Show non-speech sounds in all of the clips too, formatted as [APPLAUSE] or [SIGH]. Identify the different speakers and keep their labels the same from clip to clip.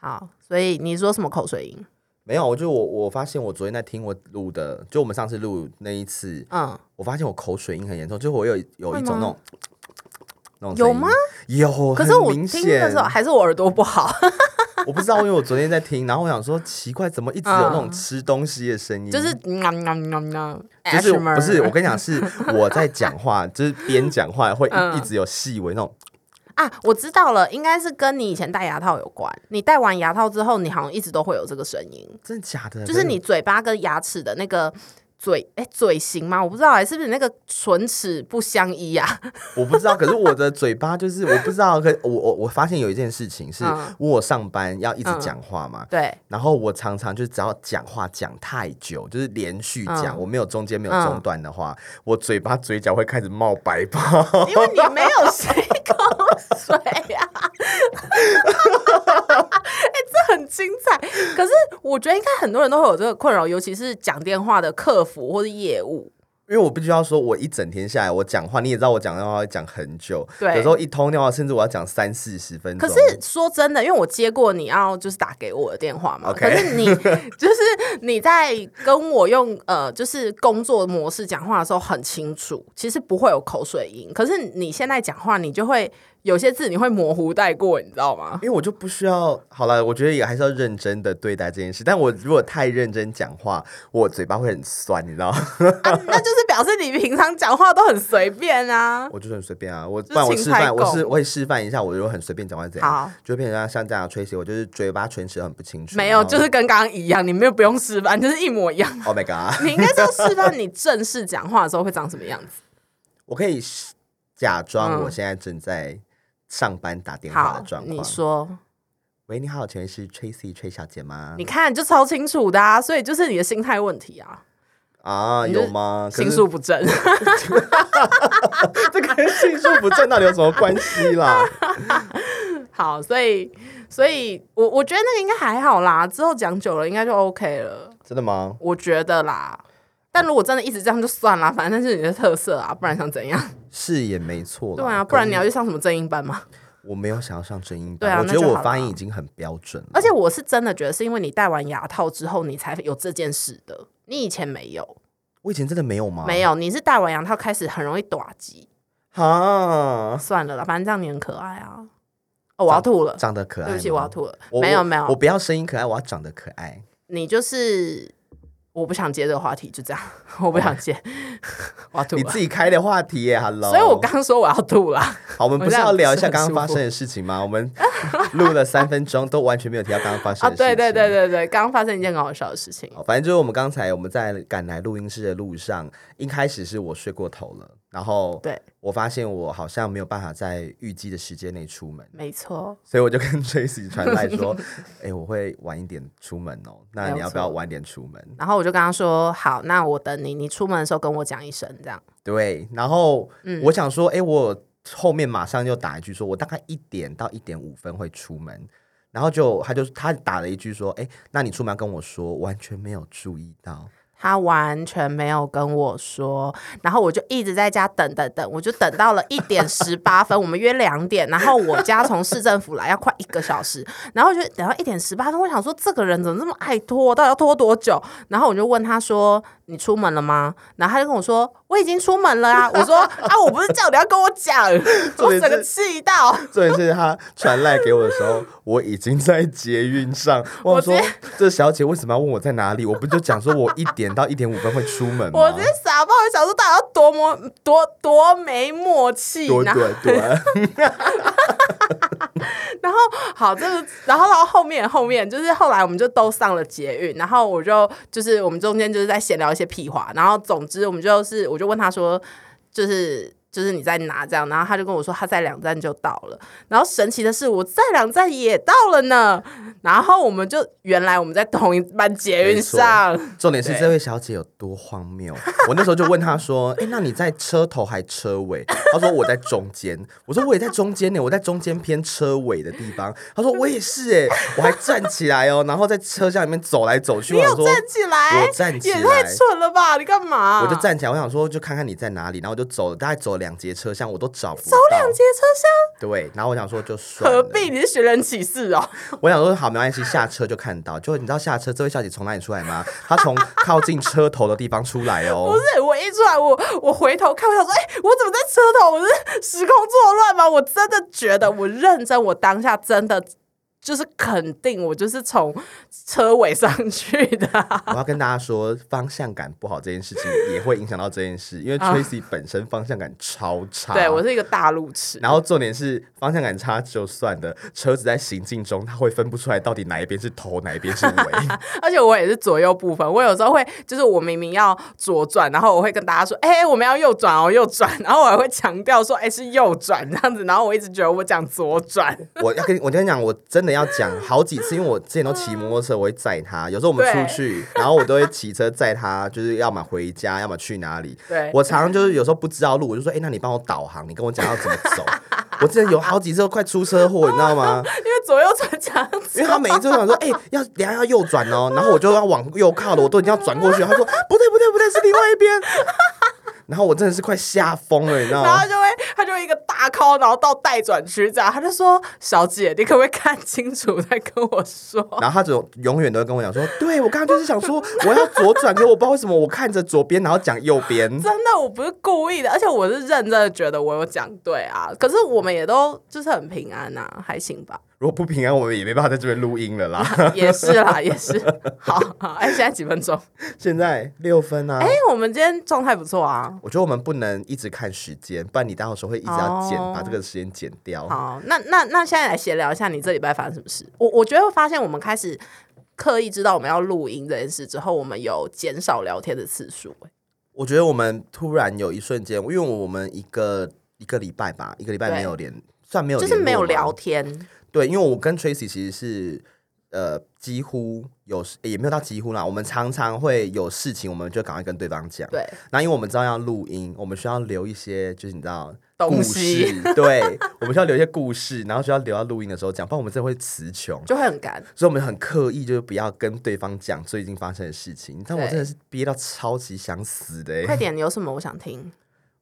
Speaker 1: 好，所以你说什么口水音？
Speaker 2: 没有，我就我我发现我昨天在听我录的，就我们上次录那一次，
Speaker 1: 嗯，
Speaker 2: 我发现我口水音很严重，就我有有一种那种那种
Speaker 1: 有
Speaker 2: 声音
Speaker 1: 吗？
Speaker 2: 有，
Speaker 1: 可是
Speaker 2: 很
Speaker 1: 我
Speaker 2: 明
Speaker 1: 听的
Speaker 2: 显
Speaker 1: 时候还是我耳朵不好，
Speaker 2: 我不知道，因为我昨天在听，然后我想说奇怪，怎么一直有那种
Speaker 1: 嗯
Speaker 2: 吃东西的声音？
Speaker 1: 就是喵喵喵喵，
Speaker 2: 嗯就是不是
Speaker 1: ASMR
Speaker 2: 我跟你讲，是我在讲话，就是边讲话会
Speaker 1: 嗯
Speaker 2: 一一直有细微那种，
Speaker 1: 啊，我知道了，应该是跟你以前戴牙套有关。你戴完牙套之后，你好像一直都会有这个声音，
Speaker 2: 嗯真的假的？
Speaker 1: 就是你嘴巴跟牙齿的那个嘴，哎、嘴型吗？我不知道、哎，是不是那个唇齿不相依啊？ [LAUGHS]
Speaker 2: 我不知道，可是我的嘴巴就是我不知道，可我我我发现有一件事情是
Speaker 1: 嗯
Speaker 2: 我上班要一直
Speaker 1: 嗯
Speaker 2: 讲话嘛，
Speaker 1: 对，
Speaker 2: 然后我常常就只要讲话讲太久，就是连续讲，
Speaker 1: 嗯
Speaker 2: 我没有中间没有中断的话，我嘴巴嘴角会开始冒白泡。 [LAUGHS]
Speaker 1: 因为你没有吸口水啊。 [LAUGHS] 哎、这很精彩。可是我觉得应该很多人都会有这个困扰，尤其是讲电话的客服或是业务。
Speaker 2: 因为我必须要说，我一整天下来，我讲话你也知道，我讲电话会讲很久，
Speaker 1: 对
Speaker 2: 有时候一通电话甚至我要讲三四十分
Speaker 1: 可
Speaker 2: 钟。
Speaker 1: 是说真的，因为我接过你要就是打给我的电话嘛
Speaker 2: OK
Speaker 1: 可是你 [LAUGHS] 就是你在跟我用呃就是工作模式讲话的时候很清楚，其实不会有口水音。可是你现在讲话，你就会有些字你会模糊带过，你知道吗？
Speaker 2: 因为我就不需要，好了，我觉得也还是要认真的对待这件事。但我如果太认真讲话，我嘴巴会很酸，你知道吗？ [LAUGHS]
Speaker 1: 啊，那就是表示你平常讲话都很随便
Speaker 2: [LAUGHS]
Speaker 1: 啊。
Speaker 2: 我就是很随便啊，我不
Speaker 1: 是
Speaker 2: 然我
Speaker 1: 情
Speaker 2: 示
Speaker 1: 太
Speaker 2: 范，我
Speaker 1: 够
Speaker 2: 是我会示范一下，我如果很随便讲话是怎样
Speaker 1: 好，
Speaker 2: 就会变成像像这样吹 r 我就是嘴巴唇齿很不清楚。
Speaker 1: 没有，
Speaker 2: 然后
Speaker 1: 就是跟刚刚一样，你没有不用示范，就是一模一
Speaker 2: [LAUGHS]
Speaker 1: 样。
Speaker 2: Oh my god！
Speaker 1: 你应该是要示范你正式讲话的时候会长什么样子。
Speaker 2: 我可以是假装
Speaker 1: 嗯
Speaker 2: 我现在正在上班打电话
Speaker 1: 好
Speaker 2: 的状，
Speaker 1: 你
Speaker 2: 况。
Speaker 1: 说，
Speaker 2: 喂，你好，请问是 Tracy 崔小姐吗
Speaker 1: 你？看就超清楚的啊，所以就是你的心态问题啊，
Speaker 2: 啊，
Speaker 1: 你就
Speaker 2: 有
Speaker 1: 是
Speaker 2: 吗？可
Speaker 1: 心
Speaker 2: 是
Speaker 1: 术不正。
Speaker 2: [LAUGHS]
Speaker 1: [LAUGHS]
Speaker 2: 这跟心术不正到底有什么关系
Speaker 1: [LAUGHS]
Speaker 2: 啦？
Speaker 1: 啊好，所以，所以我我觉得那个应该还好啦，之后讲久了应该就 OK 了，
Speaker 2: 真的吗？
Speaker 1: 我觉得啦。但如果真的一直这样就算啦，反正是你的特色啊，不然想怎样？
Speaker 2: 是也没错啦。
Speaker 1: 对啊，不然你要
Speaker 2: 可是
Speaker 1: 去上什么正音班吗？
Speaker 2: 我没有想要上正音
Speaker 1: 对啊
Speaker 2: 班，我
Speaker 1: 那
Speaker 2: 觉得
Speaker 1: 就
Speaker 2: 我
Speaker 1: 好
Speaker 2: 发
Speaker 1: 啦
Speaker 2: 音已经很标准了。
Speaker 1: 而且我是真的觉得是因为你戴完牙套之后，你才有这件事的。你以前没有，
Speaker 2: 我以前真的没有吗？
Speaker 1: 没
Speaker 2: 有
Speaker 1: 有，你是戴完牙套开始很容易短肌。
Speaker 2: 哈，
Speaker 1: 算了啦，反正这样你很可爱啊。哦，我要吐了，
Speaker 2: 长得可爱吗。
Speaker 1: 对不起，我要吐了。
Speaker 2: 我
Speaker 1: 没有
Speaker 2: 我
Speaker 1: 没
Speaker 2: 我
Speaker 1: 有，
Speaker 2: 不要声音可爱，我要长得可爱。
Speaker 1: 你就是我不想接这个话题，就这样， [LAUGHS] 我不想接，我要吐
Speaker 2: 你
Speaker 1: 了
Speaker 2: 自。己开的话题耶，Hello。
Speaker 1: 啊所以我刚说我要吐了，
Speaker 2: [LAUGHS] 好，我们
Speaker 1: 我
Speaker 2: 不是
Speaker 1: 这样
Speaker 2: 要聊一
Speaker 1: 不是
Speaker 2: 下
Speaker 1: 很
Speaker 2: 刚刚
Speaker 1: 舒
Speaker 2: 发
Speaker 1: 服
Speaker 2: 生的事情吗？我们录了三分钟，都完全没有提到刚刚发生
Speaker 1: 啊！
Speaker 2: 的
Speaker 1: [LAUGHS]
Speaker 2: 事
Speaker 1: 对
Speaker 2: 情。
Speaker 1: 对对对对，刚刚发生一件很好笑的事情。
Speaker 2: 好。反正就是我们刚才我们在赶来录音室的路上，一开始是我睡过头了，然后
Speaker 1: 对，
Speaker 2: 我发现我好像没有办法在预计的时间内出门，
Speaker 1: 没错，
Speaker 2: 所以我就跟 [LAUGHS] Tracy 传
Speaker 1: [LAUGHS]
Speaker 2: 来说：“哎、我会晚一点出门哦，那你
Speaker 1: 没有
Speaker 2: 要不要
Speaker 1: 错
Speaker 2: 晚点出门
Speaker 1: 然后我就跟他说：“好，那我等你，你出门的时候跟我讲一声，这样。？”
Speaker 2: 对，然后、
Speaker 1: 嗯
Speaker 2: 我想说：“哎、我后面马上就打一句说，我大概一点到一点五分会出门。”然后就他就他打了一句说：“哎、那你出门要跟我说，完全没有注意到。”
Speaker 1: 他完全没有跟我说，然后我就一直在家等等等，我就等到了一点十八分，我们约两点，然后我家从市政府来要快一个小时，然后我就等到一点十八分，我想说这个人怎么这么爱拖，到底要拖多久？然后我就问他说：“你出门了吗？”然后他就跟我说：“我已经出门了啊。”我说：“啊，我不是叫你要跟我讲，
Speaker 2: 重
Speaker 1: 我
Speaker 2: 点是
Speaker 1: 整个气到。”
Speaker 2: 重点是他传赖给我的时候，我已经在捷运上。我
Speaker 1: 我
Speaker 2: 想
Speaker 1: 直
Speaker 2: 说这小姐为什么要问我在哪里？我不就讲说我一点到一点五分会出门吗？
Speaker 1: 我直接傻爆，我想说大家多么多多没默契，
Speaker 2: 对
Speaker 1: 然后
Speaker 2: 对对，
Speaker 1: [LAUGHS] 然后好，这个，然后到后面后面就是后来我们就都上了捷运，然后我就就是我们中间就是在闲聊一些屁话，然后总之我们就是我就问他说，就是。就是你在哪这样，然后他就跟我说他在两站就到了，然后神奇的是我在两站也到了呢，然后我们就原来我们在同一班捷
Speaker 2: 没
Speaker 1: 运
Speaker 2: 错
Speaker 1: 上，
Speaker 2: 重点是
Speaker 1: 对
Speaker 2: 这位小姐有多荒
Speaker 1: [LAUGHS]
Speaker 2: 谬。我那时候就问她说：“哎、那你在车头还车尾？”她说：“我在中间。”我说：“我也在中间呢，我在中间偏车尾的地方。”她说：“我也是哎，我还站起来哦，然后在车厢里面走来走去。”
Speaker 1: 你
Speaker 2: 我
Speaker 1: 有
Speaker 2: 想说
Speaker 1: 站起来，
Speaker 2: 我站起
Speaker 1: 也太
Speaker 2: 来
Speaker 1: 蠢了吧！你干嘛？
Speaker 2: 我就站起来，我想说就看看你在哪里，然后我就走了，大概走了两节车厢，我都找不到。
Speaker 1: 走两节车厢，
Speaker 2: 对，然后我想说就算
Speaker 1: 何
Speaker 2: 了，
Speaker 1: 必？你是寻人启事哦。
Speaker 2: 我想说好，没关系，下车就看到。就你知道下车这位小姐从哪里出来吗？她从靠近车头的地方出来哦。
Speaker 1: 不是，我一出来，我我回头看，我想说，哎、我怎么在车头？我是时空错乱吗？我真的觉得，我认真，我当下真的就是肯定，我就是从车尾上去的。
Speaker 2: 我要跟大家说，方向感不好这件事
Speaker 1: [LAUGHS]
Speaker 2: 情也会影响到这件事，因为
Speaker 1: 啊
Speaker 2: Tracy 本身方向感超差。
Speaker 1: 对我是一个大路痴，
Speaker 2: 然后重点是方向感差就算了，车子在行进中，它会分不出来到底哪一边是头，哪一边是尾。
Speaker 1: [LAUGHS] 而且我也是左右部分。我有时候会，就是我明明要左转，然后我会跟大家说，哎、我们要右转哦，右转。然后我还会强调说，哎、是右转这样子。然后我一直觉得我讲左转，
Speaker 2: 我要跟你我跟你讲，我真的要讲好几次，因为我之前都骑摩托车，我会载他。有时候我们
Speaker 1: 对
Speaker 2: 出去，然后我都会骑车载他，就是要么回家，要么去哪里。
Speaker 1: 对
Speaker 2: 我常常就是有时候不知道路，我就说：“哎、那你帮我导航，你跟我讲要怎么走。”我之前有好几次都快出车祸，你知道吗？
Speaker 1: 因为左右转讲
Speaker 2: 因为他每一次都想说：“哎、要等一下要右转哦。”然后我就要往右靠了，我都已经要转过去了，他说：“不对，不对，不对，是另外一边。” [LAUGHS] 然后我真的是快吓疯了，你知道
Speaker 1: 然后
Speaker 2: 吗
Speaker 1: 他？就会他就会一个大 call，然后到待转区这样，他就说：“小姐，你可不可以看清楚再跟我说
Speaker 2: 然后他总永远都会跟我讲说，对我刚刚就是想说我要左转，可我不知道为什么我看着左边，然后讲右边？”。
Speaker 1: [LAUGHS] 真的，我不是故意的，而且我是认真的，觉得我有讲对啊。可是我们也都就是很平安呐、啊，还行吧， [LAUGHS]
Speaker 2: 如果不平安，我们也没办法在这边录音了啦。 [LAUGHS]
Speaker 1: 也是 [LAUGHS] 啦，也是。好，好哎、现在几分钟？
Speaker 2: 现在六分啊。
Speaker 1: 哎、我们今天状态不错啊。
Speaker 2: 我觉得我们不能一直看时间，不然你到时候会一直要剪
Speaker 1: 哦
Speaker 2: 把这个时间剪掉。
Speaker 1: 好，那那那现在来闲聊一下，你这礼拜发生什么事？我我觉得发现我们开始刻意知道我们要录音这件事之后，我们有减少聊天的次数、哎
Speaker 2: 我觉得我们突然有一瞬间，因为我们一个一个礼拜吧，一个礼拜
Speaker 1: 对
Speaker 2: 没有连，算没有
Speaker 1: 就是
Speaker 2: 联络
Speaker 1: 没有
Speaker 2: 吗
Speaker 1: 聊天。
Speaker 2: 对，因为我跟 Tracy 其实是呃几乎有时也没有到几乎啦，我们常常会有事情，我们就赶快跟对方讲。
Speaker 1: 对，
Speaker 2: 那因为我们知道要录音，我们需要留一些，就是你知道
Speaker 1: 东
Speaker 2: 故
Speaker 1: 西
Speaker 2: 事， [LAUGHS] 对，我们需要留一些故事，然后需要留到录音的时候讲，不然我们真的会词穷。
Speaker 1: 就会很干。
Speaker 2: 所以我们很刻意，就是不要跟对方讲最近发生的事情。但我
Speaker 1: 对
Speaker 2: 真的是憋到超级想死的、欸，
Speaker 1: 快点，你有什么我想
Speaker 2: [LAUGHS]
Speaker 1: 听？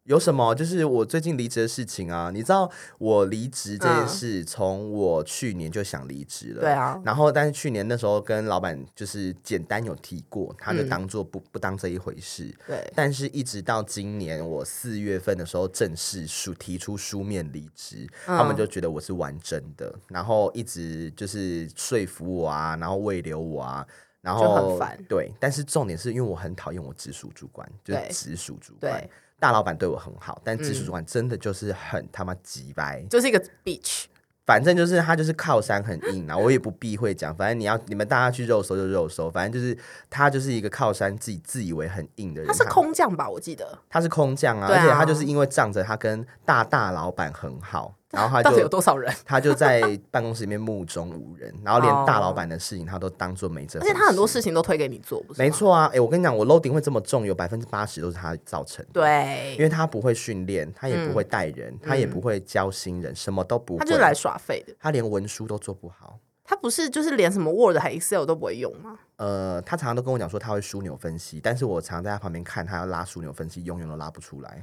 Speaker 2: 有什么？就是我最近离职的事情啊，你知道我离职这件事，从我去年就想离职了。
Speaker 1: 对啊
Speaker 2: 然后，但是去年那时候跟老板就是简单有提过，他就当做不、不当这一回事。
Speaker 1: 对，
Speaker 2: 但是，一直到今年我四月份的时候正式书提出书面离职，
Speaker 1: 嗯
Speaker 2: 他们就觉得我是玩真的，然后一直就是说服我啊，然后慰留我啊，然后
Speaker 1: 就很烦
Speaker 2: 对，但是重点是因为我很讨厌我直属主管，就是
Speaker 1: 对
Speaker 2: 直属主管
Speaker 1: 对。嗯
Speaker 2: 大老板对我很好，但直属主管真的就是很他妈鸡掰。
Speaker 1: 就是一个 beach，
Speaker 2: 反正就是他就是靠山很硬啊，我也不避讳讲，反正你要你们大家去肉搜就肉搜，反正就是他就是一个靠山自己自以为很硬的人。
Speaker 1: 它是空降吧？我记得
Speaker 2: 他是空降啊，
Speaker 1: 对啊
Speaker 2: 而且他就是因为仗着他跟大大老板很好，然后
Speaker 1: [LAUGHS]
Speaker 2: 他
Speaker 1: 到底有
Speaker 2: 就
Speaker 1: 多少人？
Speaker 2: 他就在办公室里面目中无人，然后
Speaker 1: 哦
Speaker 2: 连大老板的事情他都当做没这
Speaker 1: 而
Speaker 2: 回
Speaker 1: 且
Speaker 2: 事。
Speaker 1: 他很多事情都推给你做，不是？
Speaker 2: 没，错啊，哎、我跟你讲，我 loading 会这么重，有百分之八十都是他造成的。。因
Speaker 1: 对，嗯
Speaker 2: 为他不会训练，他也不会带人，他也不会教新人，什么都不会。
Speaker 1: 他就是来耍废的。
Speaker 2: 他连文书都做不好。
Speaker 1: 他不是就是连什么 Word 还 Excel 都不会用吗？
Speaker 2: 呃，他常常都跟我讲说他会枢纽分析，但是我常在他旁边看他要拉枢纽分析，永远都拉不出来。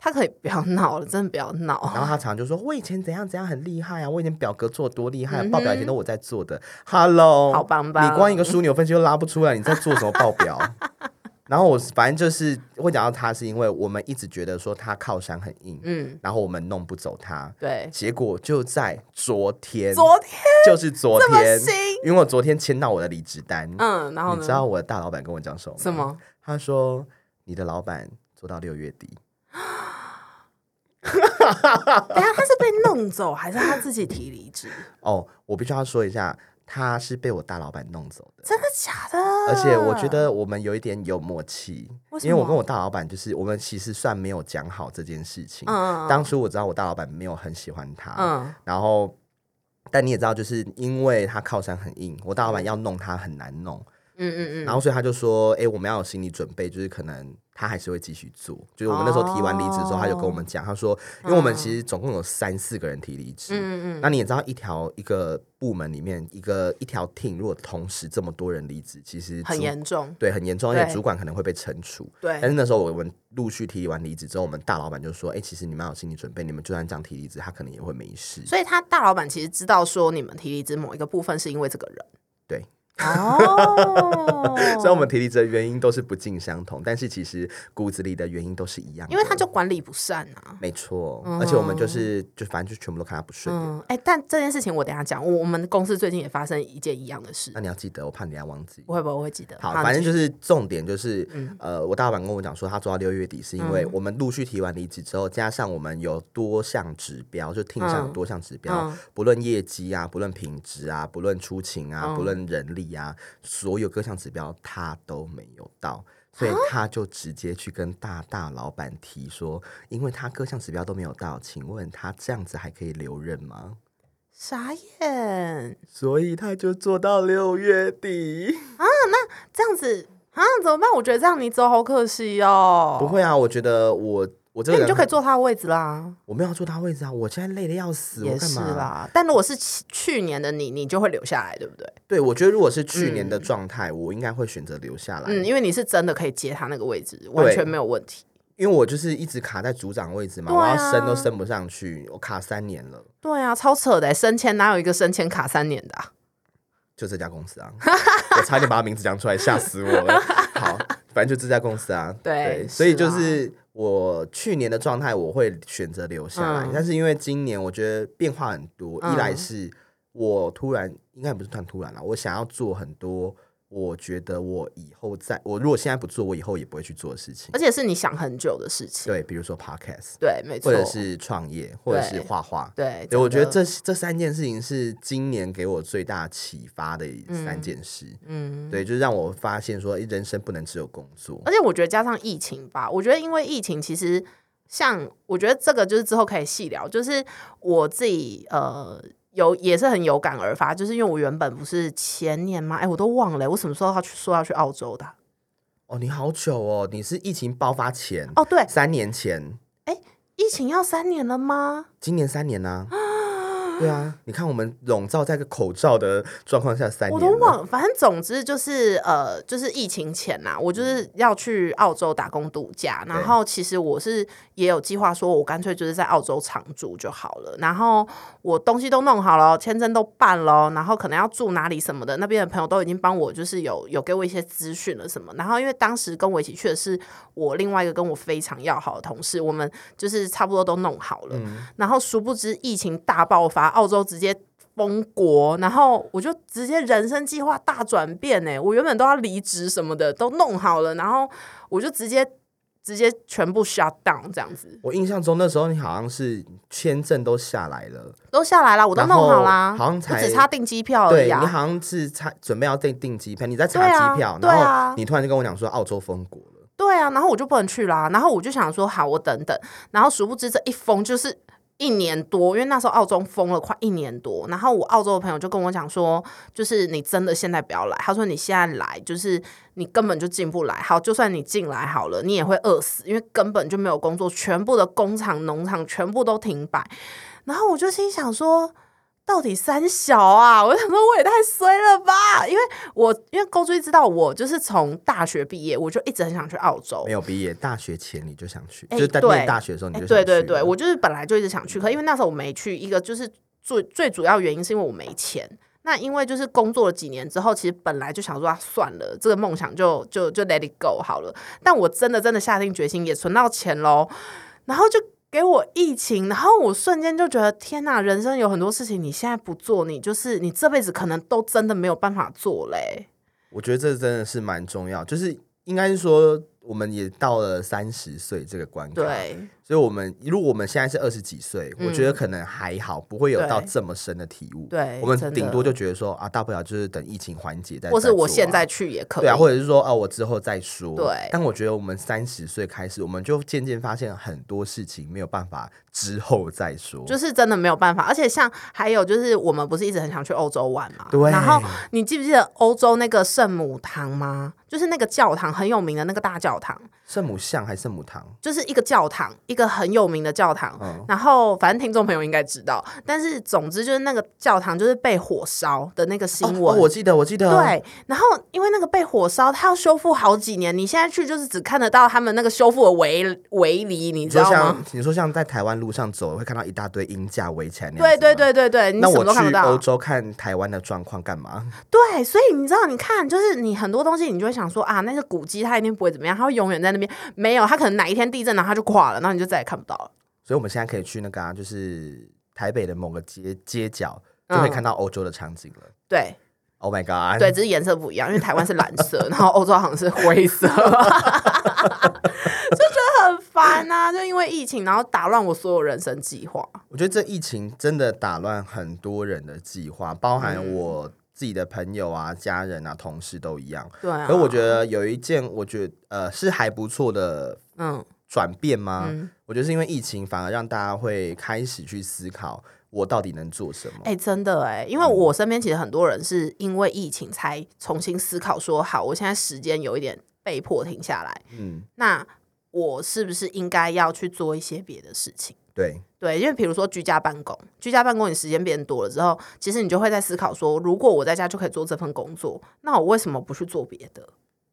Speaker 1: 他可以不要闹了，真的不要
Speaker 2: 然
Speaker 1: 闹。
Speaker 2: 后他常常就说：“我以前怎样怎样很厉害啊，我以前表格做得多厉害、啊，
Speaker 1: 嗯哼
Speaker 2: 报表以前都我在做的。”Hello，
Speaker 1: 好棒棒
Speaker 2: 你光一个枢纽分析都拉不出来，你在做什么报表？ [LAUGHS] 然后我反正就是会讲到他，是因为我们一直觉得说他靠山很硬，
Speaker 1: 嗯，
Speaker 2: 然后我们弄不走他。
Speaker 1: 对，
Speaker 2: 结果就在昨天，
Speaker 1: 昨天
Speaker 2: 就是昨
Speaker 1: 这么
Speaker 2: 天，
Speaker 1: 新，
Speaker 2: 因为我昨天签到我的离职单，
Speaker 1: 嗯，然后
Speaker 2: 你知道
Speaker 1: 呢？
Speaker 2: 我的大老板跟我讲什么？
Speaker 1: 什？么？
Speaker 2: 他说：“你的老板做到六月底。”
Speaker 1: 等一下他是被弄走，还是他自己提离职？ [LAUGHS]
Speaker 2: 哦，我必须要说一下，他是被我大老板弄走的，
Speaker 1: 真的假的？
Speaker 2: 而且我觉得我们有一点有默契，
Speaker 1: 为什
Speaker 2: 因为我
Speaker 1: 么
Speaker 2: 跟我大老板就是我们其实算没有讲好这件事情。
Speaker 1: 嗯，嗯
Speaker 2: 当初我知道我大老板没有很喜欢他，
Speaker 1: 嗯
Speaker 2: 然后但你也知道，就是因为他靠山很硬，我大老板要弄他很难弄。
Speaker 1: 嗯嗯嗯，
Speaker 2: 然后所以他就说，哎、我们要有心理准备，就是可能他还是会继续做。就是我们那时候提完离职之后，他就跟我们讲，他说，因为我们其实总共有三四个人提离职，
Speaker 1: 哦嗯嗯嗯
Speaker 2: 那你也知道，一条一个部门里面一个一条 team，如果同时这么多人离职，其实
Speaker 1: 嗯，很
Speaker 2: 主
Speaker 1: 严重，
Speaker 2: 对很严重，而且
Speaker 1: 对
Speaker 2: 主管可能会被惩处。
Speaker 1: 对
Speaker 2: 但是那时候我们陆续提完离职之后，我们大老板就说：“哎、其实你们要有心理准备，你们就算这样提离职，他可能也会没事。
Speaker 1: 所以他大老板其实知道说你们提离职某一个部分是因为这个人。
Speaker 2: 对。，
Speaker 1: [LAUGHS] 哦
Speaker 2: 虽然我们提离职的原因都是不尽相同，但是其实骨子里的原因都是一样的。
Speaker 1: 因为他就管理不善啊。
Speaker 2: 没错，而且我们就是就反正就全部都看他不顺眼。
Speaker 1: 嗯，哎、但这件事情我等一下讲。我我们公司最近也发生一件一样的事
Speaker 2: 那，你要记得，我怕你要忘记。
Speaker 1: 我会不会我会记得？
Speaker 2: 嗯好，
Speaker 1: 你
Speaker 2: 反正
Speaker 1: 继续
Speaker 2: 就是重点就是，呃，我大老板跟我讲说，他做到六月底是因为我们陆续提完离职之后，加上我们有多项指标，就 team 上有
Speaker 1: 嗯
Speaker 2: 多项指标
Speaker 1: 嗯，
Speaker 2: 不论业绩啊，不论品质啊，不论出勤啊，不论人力啊，所有各项指标他都没有到。所以他就直接去跟大大老板提说，因为他各项指标都没有到，请问他这样子还可以留任吗？
Speaker 1: 傻眼
Speaker 2: 所以他就做到六月底。
Speaker 1: 这样子啊？怎么办？我觉得这样你走好可惜哦。
Speaker 2: 不，会啊，我觉得我我这
Speaker 1: 那
Speaker 2: 个
Speaker 1: 你
Speaker 2: 人
Speaker 1: 就可以
Speaker 2: 很
Speaker 1: 坐他的位置啦。
Speaker 2: 我没有要坐他位置啊，我现在累得要死，我
Speaker 1: 也
Speaker 2: 干
Speaker 1: 是
Speaker 2: 嘛？
Speaker 1: 啦，但如果是去去年的你，你就会留下来，对不对？
Speaker 2: 对，我觉得如果是去年的状态，我应该会选择留下来，
Speaker 1: 嗯，因为你是真的可以接他那个位置，完全没有问题。
Speaker 2: 因为我就是一直卡在组长位置嘛，
Speaker 1: 对
Speaker 2: 我
Speaker 1: 啊
Speaker 2: 要升都升不上去，我卡三年了，
Speaker 1: 对啊，超扯的，升迁哪有一个升迁卡三年的、啊？
Speaker 2: 就这家公司啊，我差点把他名字讲出来，吓死我了。好，反正就这家公司啊，
Speaker 1: 对
Speaker 2: 所以
Speaker 1: 是
Speaker 2: 就
Speaker 1: 啊
Speaker 2: 是。我去年的状态，我会选择留下来，
Speaker 1: 嗯
Speaker 2: 但是因为今年我觉得变化很多，一来是我突然应该不是突然突然啦，我想要做很多，我觉得我以后在我如果现在不做，我以后也不会去做的事情
Speaker 1: 而。且是你想很久的事情。
Speaker 2: 对，比如说 podcast，
Speaker 1: 对，没错，
Speaker 2: 或者是创业，或者是
Speaker 1: 对
Speaker 2: 画画。
Speaker 1: 对。
Speaker 2: 对，我觉
Speaker 1: 真
Speaker 2: 得
Speaker 1: 的
Speaker 2: 这这三件事情是今年给我最大启发的三件事。
Speaker 1: 嗯，
Speaker 2: 对，就是让我发现说，诶人生不能只有工作。
Speaker 1: 而且我觉得加上疫情吧，我觉得因为疫情其实。像我觉得这个就是之后可以细聊，就是我自己呃有也是很有感而发，就是因为我原本不是前年吗？哎、我都忘了我什么时候要去说要去澳洲的啊、
Speaker 2: 哦，你好久哦，你是疫情爆发前，
Speaker 1: 哦，对，
Speaker 2: 三年前，
Speaker 1: 疫情要三年了吗？
Speaker 2: 今年三年呢、对啊，你看我们笼罩在一个口罩的状况下三
Speaker 1: 我
Speaker 2: 年
Speaker 1: 都
Speaker 2: 了，
Speaker 1: 忘了，反正总之就是呃，就是疫情前呐、我
Speaker 2: 嗯
Speaker 1: 就是要去澳洲打工度假，然后其实我是也有计划说，我干脆就是在澳洲常住就好了。然后我东西都弄好了，签证都办了，然后可能要住哪里什么的，那边的朋友都已经帮我，就是有有给我一些资讯了什么。然后因为当时跟我一起去的是我另外一个跟我非常要好的同事，我们就是差不多都弄好
Speaker 2: 嗯
Speaker 1: 了。然后殊不知疫情大爆发，澳洲直接封国，然后我就直接人生计划大转变呢。我原本都要离职什么的都弄好了，然后我就直接直接全部 shut down 这样子，
Speaker 2: 我印象中那时候你好像是签证都下来了，
Speaker 1: 都下来啦，我都弄好啦，
Speaker 2: 然后好像
Speaker 1: 我
Speaker 2: 才
Speaker 1: 只差订机票而
Speaker 2: 对
Speaker 1: 已
Speaker 2: 你
Speaker 1: 啊。
Speaker 2: 好像是查准备要订订机票，你在查
Speaker 1: 对啊
Speaker 2: 机票，
Speaker 1: 对
Speaker 2: 然
Speaker 1: 啊
Speaker 2: 后你突然就跟我讲说澳洲封国了，
Speaker 1: 对啊，然后我就不能去啦，然后我就想说好，我等等，然后殊不知这一封就是一年多，因为那时候澳洲封了快一年多，然后我澳洲的朋友就跟我讲说，就是你真的现在不要来，他说你现在来就是你根本就进不来，好，就算你进来好了，你也会饿死，因为根本就没有工作，全部的工厂、农场全部都停摆，然后我就心想说。到底三小啊！ [LAUGHS] 我想说我也太衰了吧，因为我因为勾追知道我就是从大学毕业，我就一直很想去澳洲
Speaker 2: 没，有毕业，大学前你就想去，
Speaker 1: 哦哎
Speaker 2: 就是在
Speaker 1: 对
Speaker 2: 念大学的时候你
Speaker 1: 哎，
Speaker 2: 就想去
Speaker 1: 对对
Speaker 2: 了，
Speaker 1: 对，我就是本来就一直想去，可因为那时候我没去，一个就是最最主要原因是因为我没钱。那因为就是工作了几年之后，其实本来就想说、啊、算了，这个梦想就就就 let it go 好了。但我真的真的下定决心，也存到钱喽，然后就给我疫情，然后我瞬间就觉得天呐，人生有很多事情你现在不做，你就是你这辈子可能都真的没有办法做嘞、
Speaker 2: 我觉得这真的是蛮重要，就是应该是说，我们也到了三十岁这个关卡，，
Speaker 1: 对，
Speaker 2: 所以我们如果我们现在是二十几岁，我觉得可能还好，不会有
Speaker 1: 对
Speaker 2: 到这么深的体悟。
Speaker 1: 对
Speaker 2: 我
Speaker 1: 真的
Speaker 2: 们顶多就觉得说啊，大不了就是等疫情缓解再，
Speaker 1: 或是
Speaker 2: 再
Speaker 1: 我
Speaker 2: 做啊
Speaker 1: 现在去也可以，
Speaker 2: 对啊，或者是说啊，我之后再说。
Speaker 1: 对
Speaker 2: 但我觉得我们三十岁开始，我们就渐渐发现很多事情没有办法之后再说。
Speaker 1: 就是真的没有办法。而且像还有就是，我们不是一直很想去欧洲玩嘛？
Speaker 2: 对
Speaker 1: 然后你记不记得欧洲那个圣母堂吗？就是那个教堂很有名的那个大教堂，
Speaker 2: 圣母像还是圣母堂？
Speaker 1: 就是一个教堂，一个很有名的教堂。
Speaker 2: 嗯
Speaker 1: 然后反正听众朋友应该知道，但是总之就是那个教堂就是被火烧的那个新
Speaker 2: 哦
Speaker 1: 闻。
Speaker 2: 哦我记得，我记得。，
Speaker 1: 对，然后因为那个被火烧，它要修复好几年。你现在去就是只看得到他们那个修复的围围篱，你
Speaker 2: 你
Speaker 1: 知
Speaker 2: 说
Speaker 1: 道吗？
Speaker 2: 像你说像在台湾路上走，会看到一大堆鹰架围起来那样
Speaker 1: 对
Speaker 2: 子吗
Speaker 1: 对。对对对，你
Speaker 2: 那
Speaker 1: 什么
Speaker 2: 我
Speaker 1: 都看不
Speaker 2: 去
Speaker 1: 到。
Speaker 2: 欧洲看台湾的状况干嘛？ [LAUGHS]
Speaker 1: 对，所以你知道，你看，就是你很多东西，你就会想说啊，那是古迹，它一定不会怎么样，它会永远在那边。没有，它可能哪一天地震，然后它就垮了，然后你就再也看不到了。
Speaker 2: 所以我们现在可以去那个、啊，就是台北的某个街街角，就可以
Speaker 1: 嗯
Speaker 2: 看到欧洲的场景了。
Speaker 1: 对
Speaker 2: Oh my god！
Speaker 1: 对，只是颜色不一样，因为台湾是蓝色，然后欧洲好像是灰色， [LAUGHS] 就觉得很烦啊！就因为疫情，然后打乱我所有人生计划。
Speaker 2: 我觉得这疫情真的打乱很多人的计划，包含
Speaker 1: 嗯
Speaker 2: 我自己的朋友啊、家人啊、同事都一样。
Speaker 1: 对啊，
Speaker 2: 可我觉得有一件，我觉得呃是还不错的
Speaker 1: 嗯
Speaker 2: 转变吗？
Speaker 1: 嗯，
Speaker 2: 我觉得是因为疫情，反而让大家会开始去思考我到底能做什么。
Speaker 1: 哎、真的哎、因为我身边其实很多人是因为疫情才重新思考说，好，我现在时间有一点被迫停下来。
Speaker 2: 嗯，
Speaker 1: 那我是不是应该要去做一些别的事情？
Speaker 2: 对，
Speaker 1: 对，因为比如说居家办公，居家办公你时间变多了之后，其实你就会在思考说，如果我在家就可以做这份工作，那我为什么不去做别的？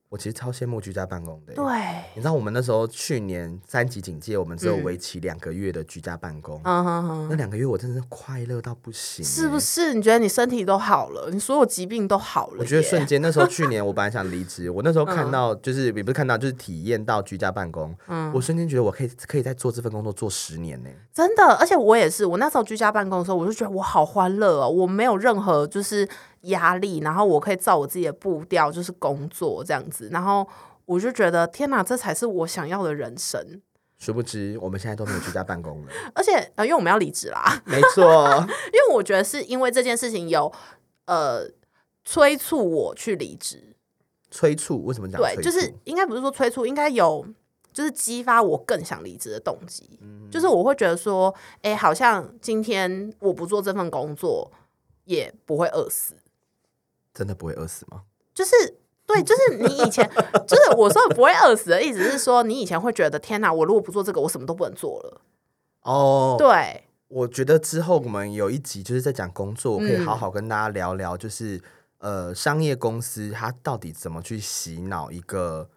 Speaker 2: 我其实超羡慕居家办公的耶。
Speaker 1: 对，啊
Speaker 2: 你知道我们那时候去年三级警戒，我们只有
Speaker 1: 嗯
Speaker 2: 为期两个月的居家办公，
Speaker 1: 嗯哼哼，
Speaker 2: 那两个月我真的是快乐到不行，
Speaker 1: 是不？是？你觉得你身体都好了，你所有疾病都好了耶？
Speaker 2: 我觉得瞬间，那时候去年我本来想离职，我那时候看到
Speaker 1: 嗯
Speaker 2: 就是也不是看到，就是体验到居家办公，我瞬间觉得我可以可以再做这份工作做十年呢、
Speaker 1: 真的，而且我也是，我那时候居家办公的时候，我就觉得我好欢乐哦，我没有任何就是压力，然后我可以照我自己的步调就是工作这样子，然后我就觉得天哪，这才是我想要的人生。
Speaker 2: 殊不知我们现在都没有居家办公
Speaker 1: [LAUGHS]
Speaker 2: 了，
Speaker 1: 而且呃，因为我们要离职啦， [LAUGHS]
Speaker 2: 没错，
Speaker 1: 因为我觉得是因为这件事情有呃催促我去离职，
Speaker 2: 催促为什么讲催
Speaker 1: 对，
Speaker 2: 促？
Speaker 1: 就是应该不是说催促，应该有就是激发我更想离职的动机。
Speaker 2: 嗯
Speaker 1: 就是我会觉得说，哎、好像今天我不做这份工作也不会饿死，
Speaker 2: 真的不会饿死吗？
Speaker 1: 就是。对，就是你以前， [LAUGHS] 就是我说的不会饿死的意思是说，你以前会觉得天哪，我如果不做这个，我什么都不能做了。
Speaker 2: 哦、
Speaker 1: 对，
Speaker 2: 我觉得之后我们有一集就是在讲工作，我可以
Speaker 1: 嗯
Speaker 2: 好好跟大家聊聊，就是、呃，商业公司它到底怎么去洗脑一个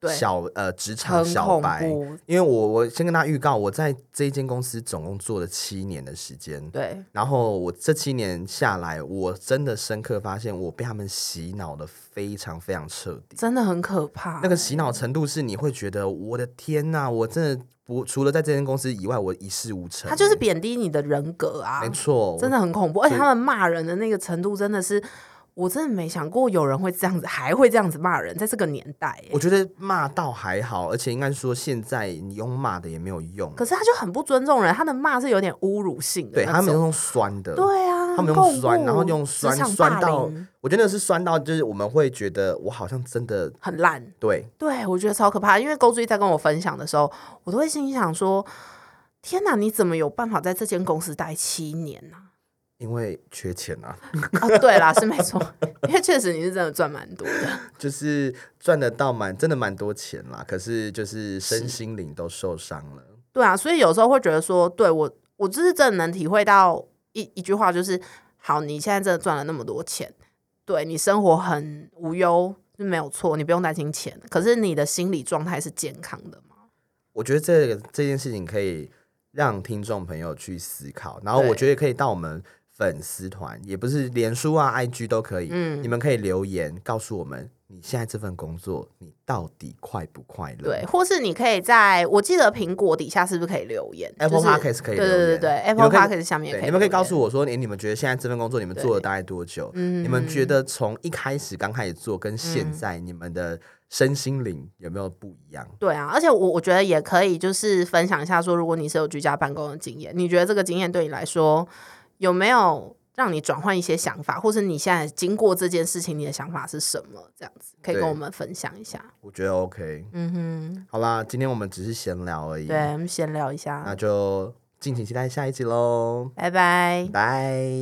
Speaker 1: 对
Speaker 2: 小呃职场
Speaker 1: 很
Speaker 2: 小
Speaker 1: 恐
Speaker 2: 白。
Speaker 1: 怖。
Speaker 2: 因为我我先跟大家预告，我在这一间公司总共做了七年的时间，
Speaker 1: 对，
Speaker 2: 然后我这七年下来，我真的深刻发现，我被他们洗脑的非常非常彻底。
Speaker 1: 真的很可怕。
Speaker 2: 那个洗脑程度是你会觉得，我的天呐，我真的不除了在这间公司以外，我一事无成欸。
Speaker 1: 他就是贬低你的人格啊
Speaker 2: 没，错，
Speaker 1: 真
Speaker 2: 的
Speaker 1: 的很恐怖。而且他们骂人的那个程度，真的是我真的没想过有人会这样子，还会这样子骂人，在这个年代耶、
Speaker 2: 我觉得骂倒还好，而且应该说现在你用骂的也没有用，
Speaker 1: 可是他就很不尊重人，他的骂是有点侮辱性的
Speaker 2: 对
Speaker 1: 那
Speaker 2: 他们
Speaker 1: 种
Speaker 2: 用酸的，
Speaker 1: 对啊，
Speaker 2: 他们
Speaker 1: 很
Speaker 2: 用酸，
Speaker 1: 恐
Speaker 2: 然后
Speaker 1: 怖
Speaker 2: 用
Speaker 1: 职
Speaker 2: 酸
Speaker 1: 场
Speaker 2: 酸
Speaker 1: 霸
Speaker 2: 到
Speaker 1: 凌，
Speaker 2: 我觉得是酸到，就是我们会觉得我好像真的
Speaker 1: 很烂。
Speaker 2: 对，
Speaker 1: 对，我觉得超可怕。因为勾追在跟我分享的时候，我都会心想说：“天哪，你怎么有办法在这间公司待七年呢、
Speaker 2: 因为缺钱啊，
Speaker 1: 啊？”对啦，是没错，因为确实你是真的赚蛮多的。
Speaker 2: 就是赚得到蛮真的蛮多钱啦，可是就是身心灵都受伤了。
Speaker 1: 对啊，所以有时候会觉得说，对我，我就是真的能体会到一一句话，就是好，你现在真的赚了那么多钱，对你生活很无忧。是没有错，你不用担心钱，可是你的心理状态是健康的嘛？
Speaker 2: 我觉得这个这件事情可以让听众朋友去思考，然后
Speaker 1: 对
Speaker 2: 我觉得可以到我们粉丝团，也不是脸书啊、IG 都可以，
Speaker 1: 嗯
Speaker 2: 你们可以留言告诉我们，你现在这份工作你到底快不快乐？
Speaker 1: 对，或是你可以在我记得苹果底下是不是可以留言
Speaker 2: Apple
Speaker 1: 就是
Speaker 2: Podcast 可以
Speaker 1: 对对
Speaker 2: 留
Speaker 1: 对
Speaker 2: 言
Speaker 1: 对
Speaker 2: 你
Speaker 1: ，Apple
Speaker 2: 们可以
Speaker 1: Podcast 下面也
Speaker 2: 对，
Speaker 1: 可以，
Speaker 2: 你们可以告诉我说，你你们觉得现在这份工作你们做了
Speaker 1: 对嗯
Speaker 2: 大概多久？你们觉得从一开始刚开始做跟现在你们的身心灵有没有不一样？
Speaker 1: 对啊，而且我我觉得也可以，就是分享一下说，如果你是有居家办公的经验，你觉得这个经验对你来说有没有让你转换一些想法，或是你现在经过这件事情，你的想法是什么？这样子可以跟
Speaker 2: 对
Speaker 1: 我们分享一下。
Speaker 2: 我觉得 OK。
Speaker 1: 嗯
Speaker 2: 好啦，今天我们只是闲聊而
Speaker 1: 哼，
Speaker 2: 已，
Speaker 1: 对，我们闲聊一
Speaker 2: 那
Speaker 1: 下，
Speaker 2: 就敬请期待下一集喽，
Speaker 1: 拜拜。
Speaker 2: 拜。